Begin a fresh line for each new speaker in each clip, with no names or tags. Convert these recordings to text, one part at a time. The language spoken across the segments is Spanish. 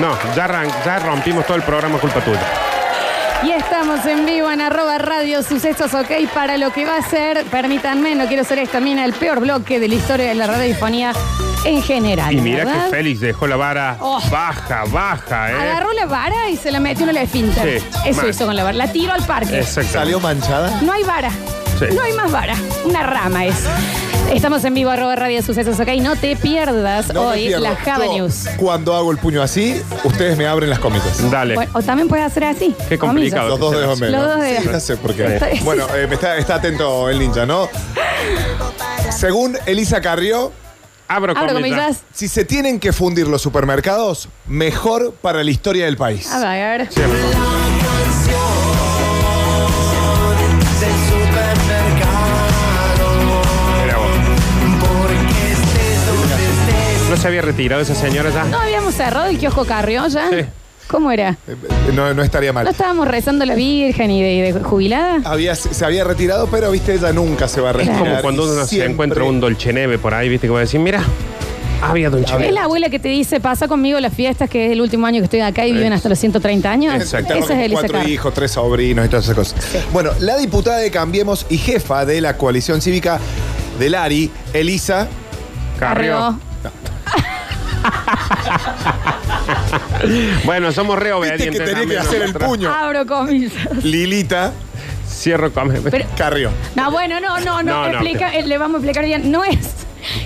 No, ya, arran- ya rompimos todo el programa culpa tuya.
Y estamos en vivo en arroba radio sucesos, ok, para lo que va a ser, permítanme, no quiero ser esta mina, el peor bloque de la historia de la radiodifonía en general.
Y mira ¿eh?
¿verdad?
que Félix dejó la vara
Oh.
baja, baja, ¿eh?
Agarró la vara y se la metió en la esfinta.
Sí,
Eso
mal.
hizo con la vara. La tiró al parque.
Exacto.
¿Salió manchada?
No hay vara.
Sí.
No hay más vara. Una rama es. Estamos en vivo arroba radio sucesos, ok. No te pierdas
No me
hoy
pierdo.
la Java
Yo,
News.
Cuando hago el puño así, ustedes me abren las cómicas.
Dale.
Bueno, o también puedes hacer así. comillas.
Qué complicado.
Los dos dedos menos.
Los dos dedos.
Sí, ya sé por qué.
Está bien.
Bueno, eh, me está, está atento el ninja, ¿no? Según Elisa Carrió,
Abro
Abro
comillas.
comillas.
si se tienen que fundir los supermercados, mejor para la historia del país.
A ver.
Cierro.
del supermercado.
Mira vos.
Porque estés donde estés,
¿No se había retirado esa señora ya?
No habíamos cerrado el kiosco Carrió ya.
Sí.
¿Cómo era?
Eh, eh, No, no estaría mal.
¿No estábamos rezando a la Virgen y de, y de jubilada?
Había, se había retirado, pero viste, ella nunca se va a
Es
retirar.
Como cuando uno se
Siempre.
encuentra un Dolceneve por ahí, viste, que va a decir, mira, había
Es
Dolceneve.
la abuela que te dice, pasa conmigo las fiestas, que es el últengo año que estoy acá y viven hasta los 130 años.
Exacto,
Esa
con
es Elisa
cuatro
Carrió.
hijos, tres sobrinos y todas esas cosas. Bueno, la diputada de Cambiemos y jefa de la coalición cívica del ARI, Elisa,
Carrió.
Carrió.
Bueno, somos re
viste
obedientes.
que tenía que
también
hacer el
nosotros.
puño.
Abro comillas.
Lilita
Cierro comillas.
Pero-
Carrió.
No, bueno, no, no, no.
No, no.
explica- eh, le vamos a explicar bien. No es.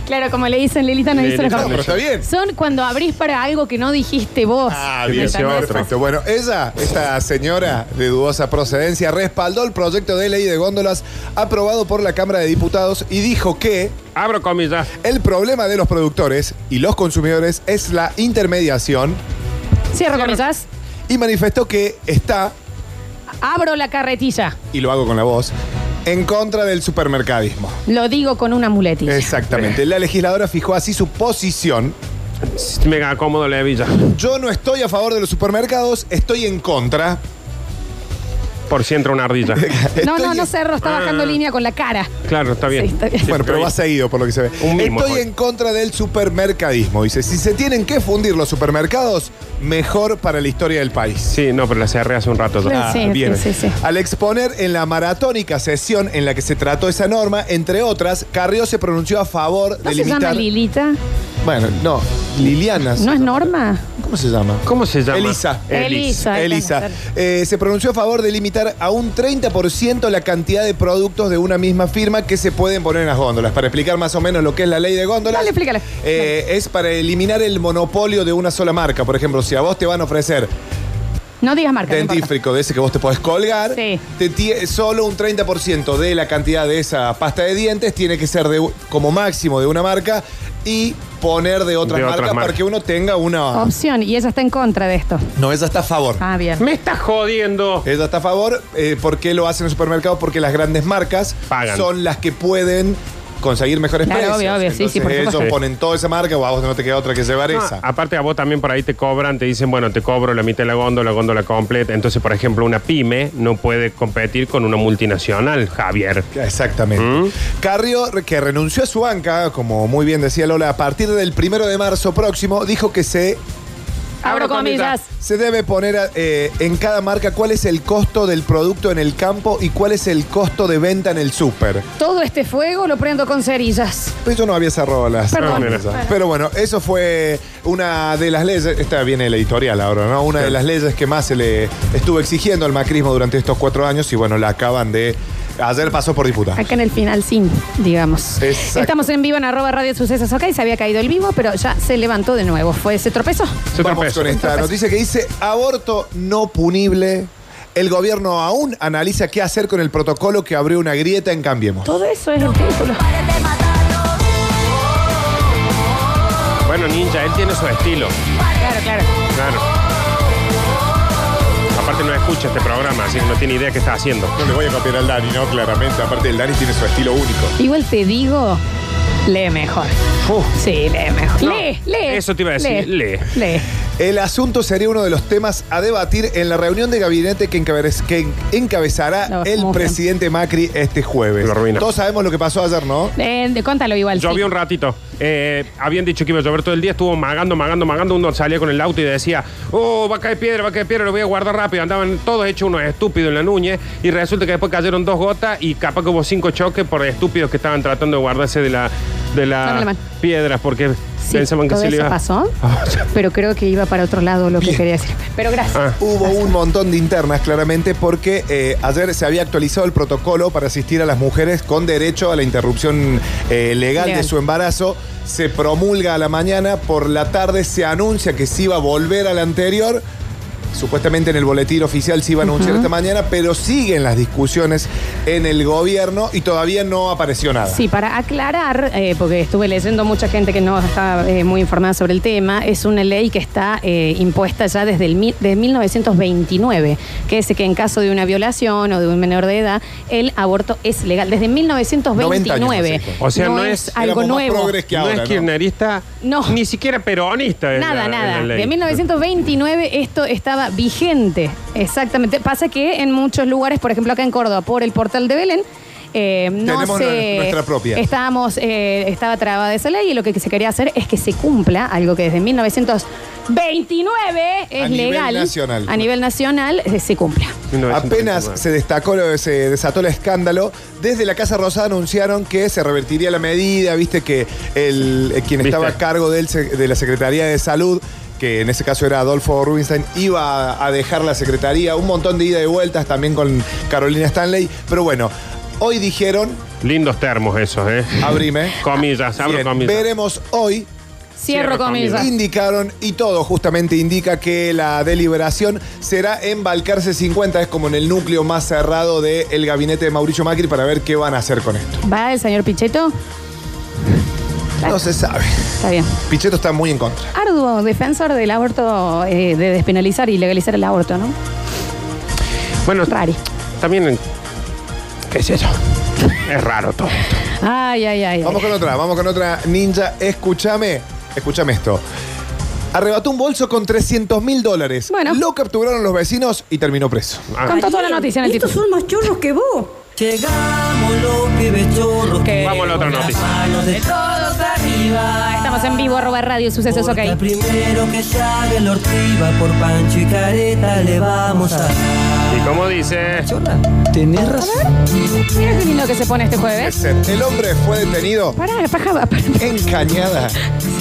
Claro, como le dicen, Lelita no hizo
Lelita
la
no
No,
cosa.
pero está bien.
Son cuando abrís para algo que no dijiste vos.
Ah,
Que
bien,
dice
¿Entendés?
otro.
perfecto. Bueno, ella, esta señora de dudosa procedencia, respaldó el proyecto de ley de góndolas aprobado por la Cámara de Diputados y dijo que
Abro comillas.
el problema de los productores y los consumidores es la intermediación
Cierro comillas.
y manifestó que está,
Abro la carretilla.
y lo hago con la voz, en contra del supermercadismo.
Lo digo con una muletilla.
Exactamente. La legisladora fijó así su posición.
Me acomodo la hebilla.
Yo no estoy a favor de los supermercados, estoy en contra.
Por si entra una ardilla.
No, no,
Estoy
no,
en-
Cerro está bajando
Ah.
línea con la cara.
Claro, está bien.
Sí, está bien.
Bueno, pero
hoy-
va seguido por lo que se ve.
Un mimo,
Estoy
Jorge.
en contra del supermercadismo. Dice, si se tienen que fundir los supermercados, mejor para la historia del país. Ah,
Sí, no, pero la cerré hace un rato. ya.
Claro, sí,
bien.
sí, sí, sí.
Al exponer en la maratónica sesión en la que se trató esa norma, entre otras, Carrió se pronunció a favor
¿No
de
se llama
limitar.
Lilita?
bueno, no, Liliana.
¿No es Norma?
¿Cómo se llama?
¿Cómo se llama?
Elisa.
Elisa.
Elisa. Ahí
Elisa,
tenés,
eh, se pronunció a favor de limitar a un 30% la cantidad de productos de una misma firma que se pueden poner en las góndolas. Para explicar más o menos lo que es la ley de góndolas.
Dale, explícale.
eh, es para eliminar el monopolio de una sola marca. Por ejemplo, si a vos te van a ofrecer
No digas marca. no importa.
dentífrico de ese que vos te podés colgar,
Sí.
te tie- solo un 30% de la cantidad de esa pasta de dientes tiene que ser de u- como máximo de una marca y poner de otras
De otras
marcas para
marcas.
que uno tenga
Ah.
una...
Opción. Y ella está en contra de esto.
No, esa está a favor.
Ah, bien.
Me estás jodiendo.
Ella está a favor. Eh, ¿Por qué lo hacen en supermercados? Porque las grandes marcas
Pagan.
son las que pueden conseguir mejores
Claro,
precios.
obvio, obvio. Sí, sí,
Entonces,
por
ellos
supuesto.
ponen toda esa marca o a vos no te queda otra que llevar
No,
esa.
Ah, aparte a vos también por ahí te cobran, te dicen, bueno, te cobro la mitad de la góndola, la góndola completa. Entonces, por ejemplo, una pyme no puede competir con una multinacional, Javier.
Exactamente. Carrió, que renunció a su banca, como muy bien decía Lola, a partir del primero de marzo próximo, dijo que se,
Abro comillas.
se debe poner eh, en cada marca cuál es el costo del producto en el campo y cuál es el costo de venta en el súper.
Todo este fuego lo prendo con cerillas.
Pero yo no había cerrado las.
Perdón.
las mesas. Pero bueno, eso fue una de las leyes. Esta viene la editorial ahora, ¿no? Una de las leyes que más se le estuvo exigiendo al macrismo durante estos cuatro años y bueno, la acaban de. Ayer pasó por diputada.
Acá en el final, sin, digamos.
Exacto.
Estamos en vivo en arroba radio sucesos, ok. Se había caído el vivo, pero ya se levantó de nuevo. Fue, se tropezó.
Se
Vamos
tropezó.
con esta noticia que dice aborto no punible. El gobierno aún analiza qué hacer con el protocolo que abrió una grieta en Cambiemos.
Todo eso es el título.
Bueno, ninja, él tiene su estilo.
Claro, claro.
Claro. Aparte no escucha este programa, así que no tiene idea qué está haciendo.
No le voy a copiar al Dani, ¿no? Claramente. Aparte, el Dani tiene su estilo único.
Igual te digo, lee mejor. Sí, lee mejor.
No,
lee, lee.
eso te iba a decir, lee.
Lee.
El asunto sería uno de los temas a debatir en la reunión de gabinete que, encabez- que encabezará
No,
el
mujer.
presidente Macri este jueves.
Lo arruina.
Todos sabemos lo que pasó ayer, ¿no?
Eh, de- contalo igual. sí.
Llovió un ratito. Eh, habían dicho que iba a llover todo el día, estuvo magando, magando, magando. Uno salía con el auto y decía, oh, va a caer piedra, va a caer piedra, lo voy a guardar rápido. Andaban todos hechos unos estúpidos en la Núñez y resulta que después cayeron dos gotas y capaz que hubo cinco choques por estúpidos que estaban tratando de guardarse de la de
Dame la
las
mano.
piedras porque
Sí,
pensaban que
todo
se le
eso
iba.
pasó, pero creo que iba para otro lado lo que
Bien.
quería decir. Pero gracias.
Ah.
Hubo un montón de internas, claramente, porque eh, ayer se había actualizado el protocolo para asistir a las mujeres con derecho a la interrupción eh, legal,
Legal.
de su embarazo. Se promulga a la mañana, por la tarde se anuncia que se iba a volver al anterior. Supuestamente en el boletín oficial se iba a anunciar esta mañana, pero siguen las discusiones en el gobierno y todavía no apareció nada.
Sí, para aclarar, eh, porque estuve leyendo mucha gente que no está eh, muy informada sobre el tema, es una ley que está eh, impuesta ya desde el mi- de 1929, que dice que en caso de una violación o de un menor de edad, el aborto es legal. Desde 1929.
90 años,
o sea, no es-
algo
Éramos más
nuevo.
progres que
no
ahora,
es
¿no?
kirchnerista,
No.
ni siquiera peronista. es
Nada,
la-
nada.
es la ley.
De 1929 esto estaba vigente. Exactamente. Pasa que en muchos lugares, por ejemplo acá en Córdoba, por el portal de Belén, eh, no
Tenemos
se-
nuestra propia.
Estábamos, eh, estaba trabada esa ley y lo que se quería hacer es que se cumpla algo que desde 1929 es
A nivel
legal.
nacional.
A nivel nacional eh, se cumpla.
1929.
Apenas se destacó, lo- se desató el escándalo, desde la Casa Rosada anunciaron que se revertiría la medida, viste que el, eh, quien
Viste.
estaba a cargo del se- de la Secretaría de Salud, que en ese caso era Adolfo Rubinstein, iba a- a dejar la Secretaría, un montón de ida y vueltas también con Carolina Stanley, pero bueno, hoy dijeron,
Lindos termos esos, ¿eh?
abrime,
Comillas, abro
bien,
comillas.
veremos hoy
Cierro
Cierro comillas.
comillas.
Indicaron y todo justamente indica que la deliberación será en Balcarce 50, es como en el núcleo más cerrado del gabinete de Mauricio Macri para ver qué van a hacer con esto.
¿Va el señor Pichetto?
No se sabe.
Está bien.
Pichetto está muy en contra.
Arduo defensor del aborto, eh, de despenalizar y legalizar el aborto, ¿no?
Bueno,
Rari.
También, en- qué sé yo. Es raro todo esto.
Ay, ay, ay.
Vamos con otra, vamos con otra ninja. Escúchame, escúchame esto. Arrebató un bolso con 300 mil dólares.
Bueno.
Lo capturaron los vecinos y terminó preso.
Ah,
Contó toda la noticia en el
Estos
título.
son más chorros que vos.
Llegamos los pibes chorros.
Que-
Vamos a la otra noticia.
Manos de todos arriba.
Estamos en vivo, arroba radio, sucesos, ok.
Porque al primero que salga el ortiva por Pancho y Careta le vamos a dar.
Y como dice,
Tenés razón.
Mira qué lindo que se pone este jueves.
El hombre fue detenido
Pará, paja, va, pará.
en Cañada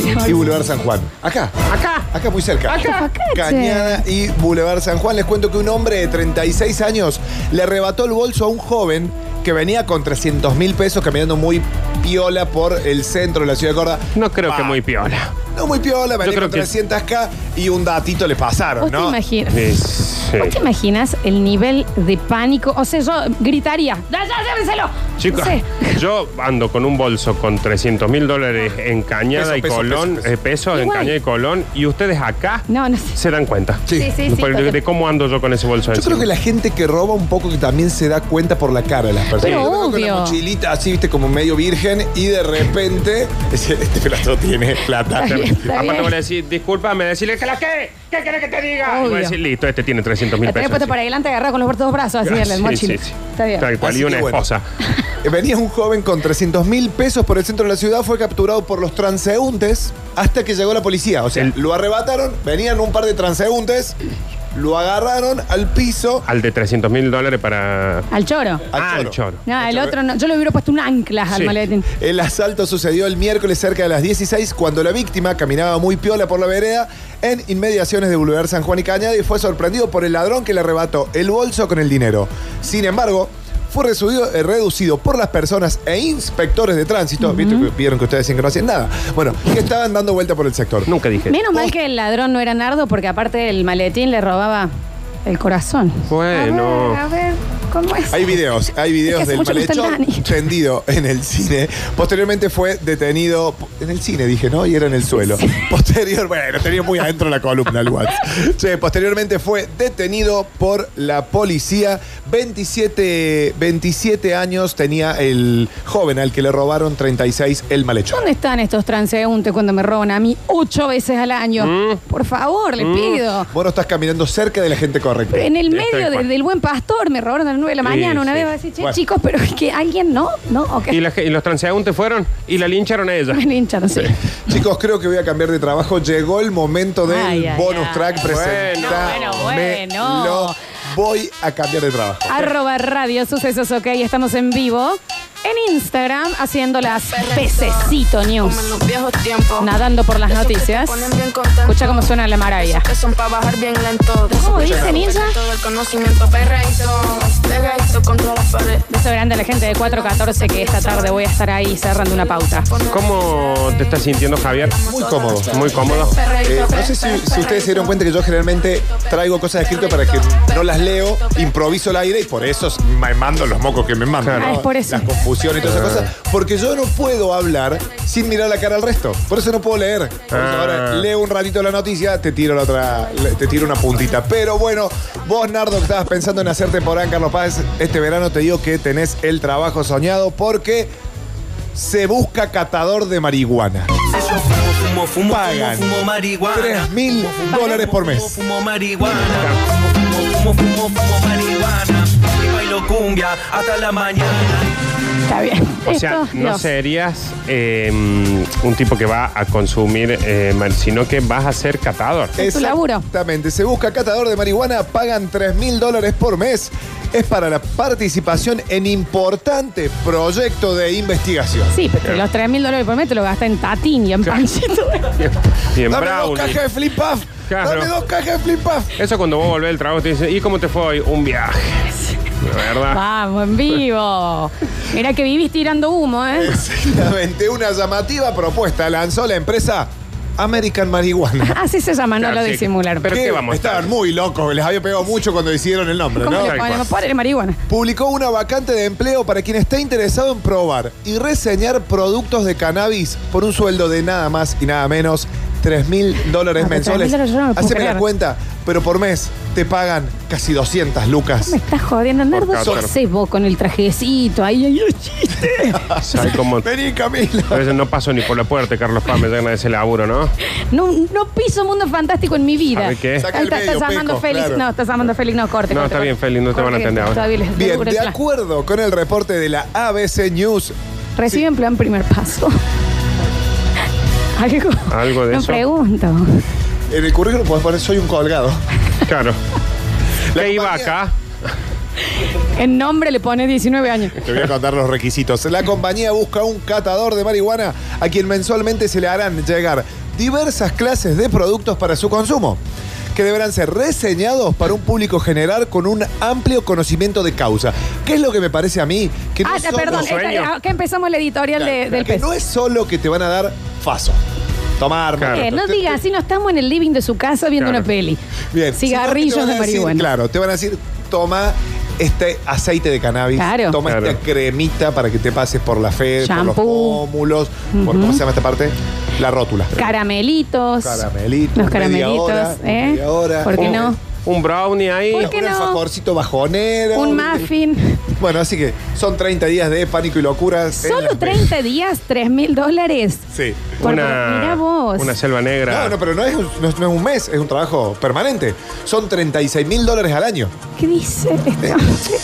y Boulevard San Juan. Acá.
Acá.
Acá muy cerca.
Acá. Acá, che.
Cañada y Boulevard San Juan. Les cuento que un hombre de 36 años le arrebató el bolso a un joven que venía con 300 mil pesos caminando muy piola por el centro de la ciudad de Córdoba.
no creo que
Ah,
muy piola.
No muy piola, venía
creo
con
que-
300k y un datito le pasaron,
¿Vos te
¿no?
imaginas?
Sí, sí.
¿Vos te imaginas el nivel de pánico? O sea, yo gritaría. ¡Ya, ya, llévenselo!
Chicos,
No sé.
yo ando con un bolso con 300 mil dólares en Cañada
Peso,
y
peso,
Colón,
peso,
eh,
peso.
peso, en
Igual.
Cañada y Colón, y ustedes acá
No, no sé.
se dan cuenta.
Sí.
Sí, sí, sí.
Por-
total.
de cómo ando yo con ese bolso
Yo creo que la gente que roba un poco que también se da cuenta por la cara de las personas.
Pero
Yo vengo Con
obvio.
la mochilita así, viste, como medio virgen y de repente... Este plato tiene plata.
Está bien, está bien.
Aparte voy a decir, discúlpame, decirle que la qué, ¿qué querés que te diga? Y voy a
Obvio.
decir, listo, este tiene 300 mil
La tenés
pesos.
puesta para adelante, agarrada con los dos brazos así en
Sí,
el mochila.
sí, sí.
Está bien.
Tal cual,
Así
y una
que bueno.
esposa.
Venía un joven con 300 mil pesos por el centro de la ciudad, fue capturado por los transeúntes hasta que llegó la policía. O sea,
El-
lo arrebataron, venían un par de transeúntes, lo agarraron al piso.
Al de 300 mil dólares para...
Al choro.
Al
Ah,
choro.
al choro.
No, el otro no. Yo le hubiera puesto un ancla al
Sí.
maletín.
El asalto sucedió el miércoles cerca de las 16 cuando la víctima caminaba muy piola por la vereda en inmediaciones de Boulevard San Juan y Cañada y fue sorprendido por el ladrón que le arrebató el bolso con el dinero. Sin embargo, fue resubido- eh, reducido por las personas e inspectores de tránsito. ¿Viste que vieron que ustedes decían que no hacían nada? Bueno, que estaban dando vuelta por el sector.
Nunca dije.
Menos mal que el ladrón no era Nardo, porque aparte el maletín le robaba el corazón.
Bueno.
Ah, A ver, a ver, ¿Cómo es?
Hay videos, hay videos
Es que hace
del
mucho que está el
malhechor
Dani.
tendido en el cine. Posteriormente fue detenido po- en el cine, dije, ¿no? Y era en el suelo. Posterior, bueno, tenía muy adentro la columna el Watts. Che, posteriormente fue detenido por la policía. 27, 27 años tenía el joven al que le robaron 36 el malhechor.
¿Dónde están estos transeúntes cuando me roban a mí ocho veces al año?
Mm.
Por favor, le pido.
Vos no estás caminando cerca de la gente correcta.
Pero en el
Estoy
medio de-
igual.
del buen pastor me robaron a las nueve de la
Sí,
mañana. Una
sí.
vez va a decir, che,
Bueno.
chicos, pero es que alguien no, ¿no? ¿O qué?
Y, la- y los transeúntes fueron y la lincharon a ella.
Me lincharon, sí.
Chicos, creo que voy a cambiar de trabajo. Llegó el momento del
Ay, ay,
bonus
ay.
track.
Bueno,
presenta.
bueno, bueno.
Voy a cambiar de trabajo.
Arroba Radio Sucesos OK. Estamos en vivo en Instagram haciendo las pececito news.
Como en los viejos tiempos.
Nadando por las
De esos que te
noticias.
ponen bien contento.
Escucha cómo suena la maravilla.
Que son para bajar bien lento. De
¿Cómo
esos que
dice,
te
ninja?
rompen Todo el conocimiento perreíto. Pegadito contra las paredes.
Beso grande a la gente de 414 que esta tarde voy a estar ahí cerrando una pauta.
¿Cómo te estás sintiendo, Javier?
Muy cómodo.
Muy cómodo.
Eh,
Perreíto,
no sé si, si ustedes se dieron cuenta que yo generalmente traigo cosas escritas para que no las leo, improviso el aire y por eso me mando los mocos que me mandan.
Ah,
¿no?
es por eso. Ah.
Las confusiones y todas esas cosas. Porque yo no puedo hablar sin mirar la cara al resto. Por eso no puedo leer. Por eso
Ah.
ahora leo un ratito la noticia, te tiro la otra, le- te tiro una puntita. Pero bueno, vos, Nardo, que estabas pensando en hacer temporada en Carlos Paz, este verano te digo que tenés el trabajo soñado porque se busca catador de marihuana.
Yo fumo, fumo, fumo,
Pagan.
fumo, fumo marihuana.
3 mil dólares por
Fumo,
mes.
fumo marihuana. Fumo, fumo, fumo, fumo, fumo marihuana. Y bailo cumbia hasta la mañana.
Está bien.
O sea,
Esto,
no
Dios.
serías eh, un tipo que va a consumir, eh, mar- sino que vas a ser catador.
Es tu laburo.
Exactamente. Se busca catador de marihuana, pagan 3 mil dólares por mes. Es para la participación en importante proyecto de investigación.
Sí, pero los 3 mil dólares por mes te lo gastas en tatín y en pancito.
Y en
Dame dos
brownie.
cajas de flip puff.
Claro.
Dame dos cajas de flip puff.
Eso cuando vos volvés del trabajo te dicen, ¿y cómo te fue hoy? Un viaje. La verdad.
Vamos, en vivo. Mira que vivís tirando humo, ¿eh?
Exactamente. Una llamativa propuesta lanzó la empresa American Marihuana.
Así se llama, no
Claro,
lo
sí.
disimular.
Pero
Que
qué vamos a estar?
Estaban muy locos. Les había pegado mucho cuando decidieron el nombre,
¿Cómo
¿no?
le ponemos? Ponele marihuana.
publicó una vacante de empleo para quien esté interesado en probar y reseñar productos de cannabis por un sueldo de nada más y nada menos 3 mil dólares
Ah, pero
mensuales.
3.000 dólares yo no lo puedo
Haceme la
creer.
cuenta, pero por mes te pagan casi 200 lucas.
Me estás jodiendo, Nardo.
Por
Sos
cátar.
cebo con el trajecito. Ahí hay un chiste.
¿Sabes cómo?
Vení, Camila.
A veces no paso ni por la puerta, Carlos Paz, me llegan a ese laburo, ¿no?
No, no piso mundo fantástico en mi vida.
¿Sabe qué?
Saca
Ahí
el
está,
medio,
estás llamando
Peco,
Félix.
claro.
No, estás llamando Félix. No, corte.
No,
corte,
está
corte.
bien, Félix, no te van a
Corte,
atender ahora.
todavía les- les
Bien,
dura el
de
plan.
acuerdo con el reporte de la ABC News,
Reciben plan primer paso. Algo.
Algo de
no
eso.
pregunto.
en el currículum podés poner soy un colgado.
Claro.
La
La
compañía-
Ibaca.
En nombre le pone 19 años.
Te voy a contar los requisitos. La compañía busca un catador de marihuana a quien mensualmente se le harán llegar diversas clases de productos para su consumo, que deberán ser reseñados para un público general con un amplio conocimiento de causa. ¿Qué es lo que me parece a mí? Que no,
ah, ya,
solo-
perdón.
sueño.
esta- Acá empezamos la editorial de- del
que
pez. Eh,
no es solo que te van a dar faso. Tomar,
Claro.
Eh, no digas, si no estamos en el living de su casa viendo
Claro.
una peli.
Bien.
Cigarrillos
Sino que te van
de
a decir,
marihuana.
Claro, te van a decir, toma este aceite de cannabis,
Claro.
toma
Claro.
esta cremita para que te pases por la fe, por los
Shampoo.
pómulos, por cómo se llama esta parte, la rótula.
Caramelitos.
Caramelitos,
Los
media
caramelitos,
hora,
¿eh?
media hora.
¿Por qué
Un-
no?
Un brownie ahí.
¿Por qué
un
no?
alfajorcito bajonero.
Un muffin.
Bueno, así que son 30 días de pánico y locura. en
Solo
Las Vegas.
30 días, 3 mil dólares.
Sí.
Por-
Una,
mirá vos.
una selva negra.
No, no, pero no es, un, no es- no es un mes, es un trabajo permanente. Son 36 mil dólares al año.
¿Qué dice esta mujer?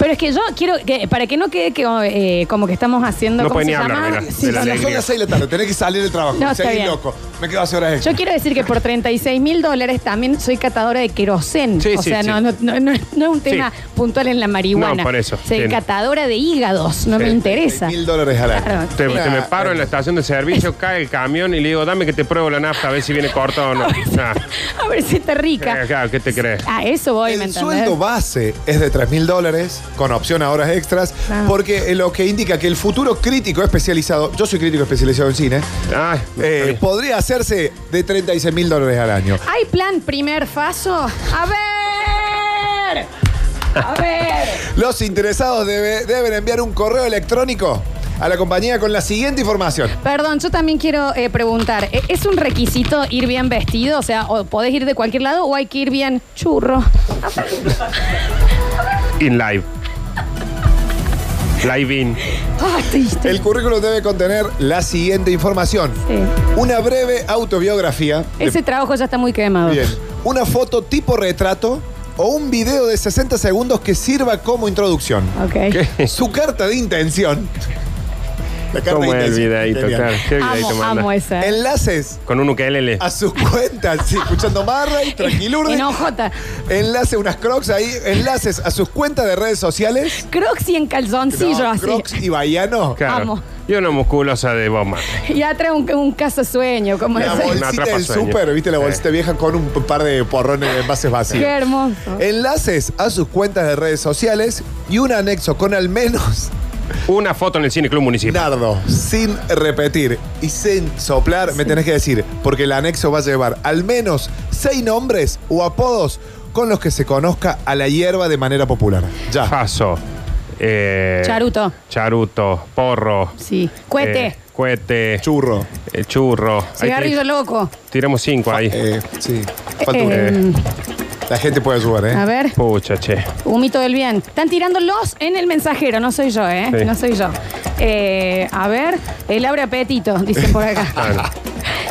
Pero es que yo quiero, que, para que no quede que, eh, como que estamos haciendo.
No
¿cómo
puede
se
ni hablar,
llama?
mira,
Sí,
de la
a
sí.
las
alegría.
6 de la tarde tenés que salir del trabajo.
No, está
seguí
bien.
loco. Me quedo hace horas extra.
Yo quiero decir que por 36 mil dólares también soy catadora de querosén.
Sí,
o
sí,
sea,
sí.
No, no, no- no- no es un tema
Sí.
puntual en la marihuana.
No, por eso.
Soy
Sí.
catadora de hígados, no me interesa.
mil dólares al año.
Claro.
Te, te me paro en la estación de servicio, cae el camión y le digo, dame que te pruebo la nafta, a ver si viene corta o no. Ah,
A ver si está rica.
eh, claro, ¿qué te crees?
A eso voy, ¿me
El
entendés?
sueldo base es de 3 mil dólares, con opción a horas extras,
Claro.
porque eh, lo que indica que el futuro crítico especializado, yo soy crítico especializado en cine,
Ay,
eh,
está bien.
podría hacerse de 36 mil dólares al año.
¿Hay plan primer faso? A ver. A ver.
Los interesados debe- deben enviar un correo electrónico a la compañía con la siguiente información.
Perdón, yo también quiero eh, preguntar, ¿e- ¿es un requisito ir bien vestido? O sea, ¿o ¿podés ir de cualquier lado o hay que ir bien churro?
In live. Live in.
Ah, triste.
El currículum debe contener la siguiente información.
Sí.
Una breve autobiografía. de-
Ese trabajo ya está muy quemado.
Bien. Una foto tipo retrato o un video de 60 segundos que sirva como introducción.
Ok.
Su carta de intención. La carta
Como
de
el
intención.
videito,
Genial.
claro. ¿Qué videito
Amo,
manda?
amo esa.
Enlaces
Con un ukelele.
a sus cuentas, sí, escuchando Marra y Tranquilurde.
En OJ.
Enlace, unas crocs ahí, enlaces a sus cuentas de redes sociales.
Crocs y en calzoncillo
No,
así.
crocs y Baiano.
Claro.
amo.
Y una musculosa de bomba.
Y atrás un, un cazasueño, como
La
Una
ese.
bolsita del
atrapasueño.
súper, viste la bolsita vieja con un par de porrones de envases vacíos.
Qué hermoso.
Eh. Enlaces a sus cuentas de redes sociales y un anexo con al menos
Una foto en el Cine Club Municipal.
Nardo, sin repetir y sin soplar, me tenés que decir, porque el anexo va a llevar al menos seis nombres o apodos con los que se conozca a la hierba de manera popular. Ya.
Faso. eh,
Charuto.
Charuto. Porro.
Sí. Cuete.
eh, cuete.
Churro.
el churro. Ahí
Cigarrillo
te-
loco.
Tiramos cinco ahí.
Eh, sí. Falta uno.
Eh,
eh.
La gente puede ayudar, ¿eh?
a ver.
Pucha, che.
Humito del bien. Están tirándolos en el mensajero, no soy yo, ¿eh?
Sí.
No soy yo. Eh, a ver, el abre apetito, dicen por acá.
Claro.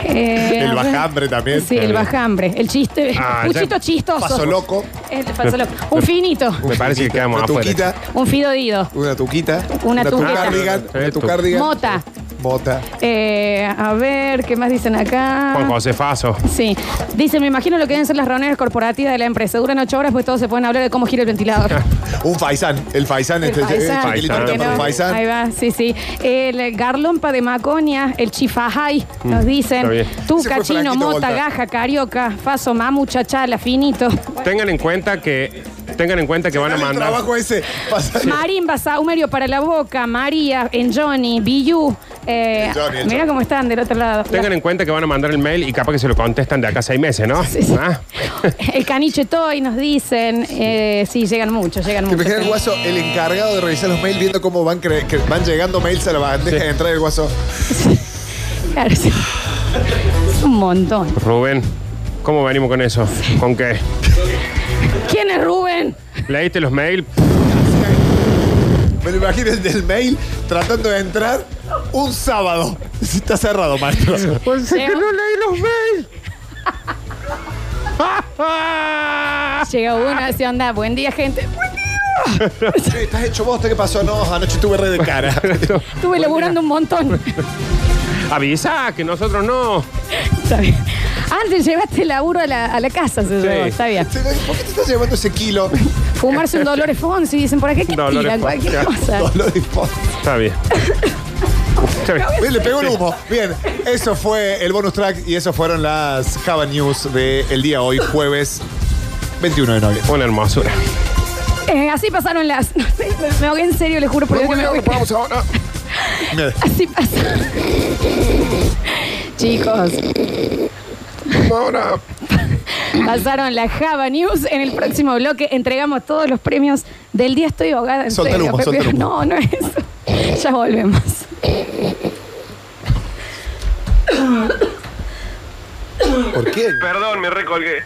Eh,
El
a ver.
bajambre también.
Sí, el bajambre. El chiste.
Ah,
Puchito
ya-
chistoso.
Paso loco.
El paso loco. Un finito.
Me parece que quedamos
Una
afuera.
tuquita.
Un fidodido.
Una tuquita.
Una tuquita.
tucardigan. Una
Eh, tu-
tucardigan.
Mota.
Mota.
Eh, a ver, ¿qué más dicen acá?
Juan José Faso.
Sí. Dice, me imagino lo que deben ser las reuniones corporativas de la empresa. Duran ocho horas, pues todos se pueden hablar de cómo gira el ventilador.
Un faisán. El faisán.
El
este, eh,
faisán,
chiquilito,
faisán.
¿por qué
para
no?
un faisán.
Ahí va, sí, sí. El garlompa de maconia, el chifajay, nos
está
dicen.
bien.
Ese
Tuca,
fue
chino,
Franquito
mota,
Volta.
gaja, carioca, faso, mamucha, chala, finito.
Tengan en cuenta que. Tengan en cuenta que van a
Dale el
mandar.
trabajo ese. Pasa-
Marimba, saumerio para la boca, María, en Johnny, Biyu. Eh,
El Johnny, el
mira
Johnny.
cómo están del otro lado.
Tengan en cuenta que van a mandar el mail y capaz que se lo contestan de acá a seis meses, ¿no?
Sí, sí.
¿Ah?
El caniche toy nos dicen. Eh, sí, llegan muchos, llegan
Te
muchos.
imaginas el guaso, el encargado de revisar los mails, viendo cómo van, cre- que van llegando mails a la bandeja de entrada del guaso.
Claro, sí. Es un montón.
Rubén, ¿cómo venimos con eso? ¿Con qué?
¿Quién es Rubén?
¿Leíste los mails?
Me lo imagino el del mail tratando de entrar un sábado. Está cerrado, maestro.
que no
leí los mails. ¡Ah!
Llega uno, así onda. Buen día, gente.
Che, ¿Estás hecho vos? ¿Qué pasó? No, anoche tuve red de cara.
Estuve laburando un montón.
Avisa que nosotros no.
Está bien. Antes llevaste el laburo a la, a la casa, se
Sí.
llevó. Está bien.
¿Por qué te estás llevando ese kilo?
Fumarse un Dolores Fonsi, dicen por acá que
Dolores
tiran
Fonsi,
cualquier
claro.
cosa.
Dolor y po-
Está bien. Está bien.
Bien, Le pegó el humo. Bien, eso fue el bonus track y eso fueron las Java News del día hoy, jueves 21 de noviembre.
Una hermosura.
Eh, así pasaron las. No sé, me, me ahogué en serio, les juro por Dios que me ahogué.
Vamos ahora. Bien.
Así pasó. Chicos,
Ahora.
pasaron las Java News. En el próximo bloque entregamos todos los premios del día. Estoy ahogada. En
Solta el
serio,
humo, solta el humo.
No, no es eso. Ya volvemos.
¿Por qué?
Perdón, me recolgué.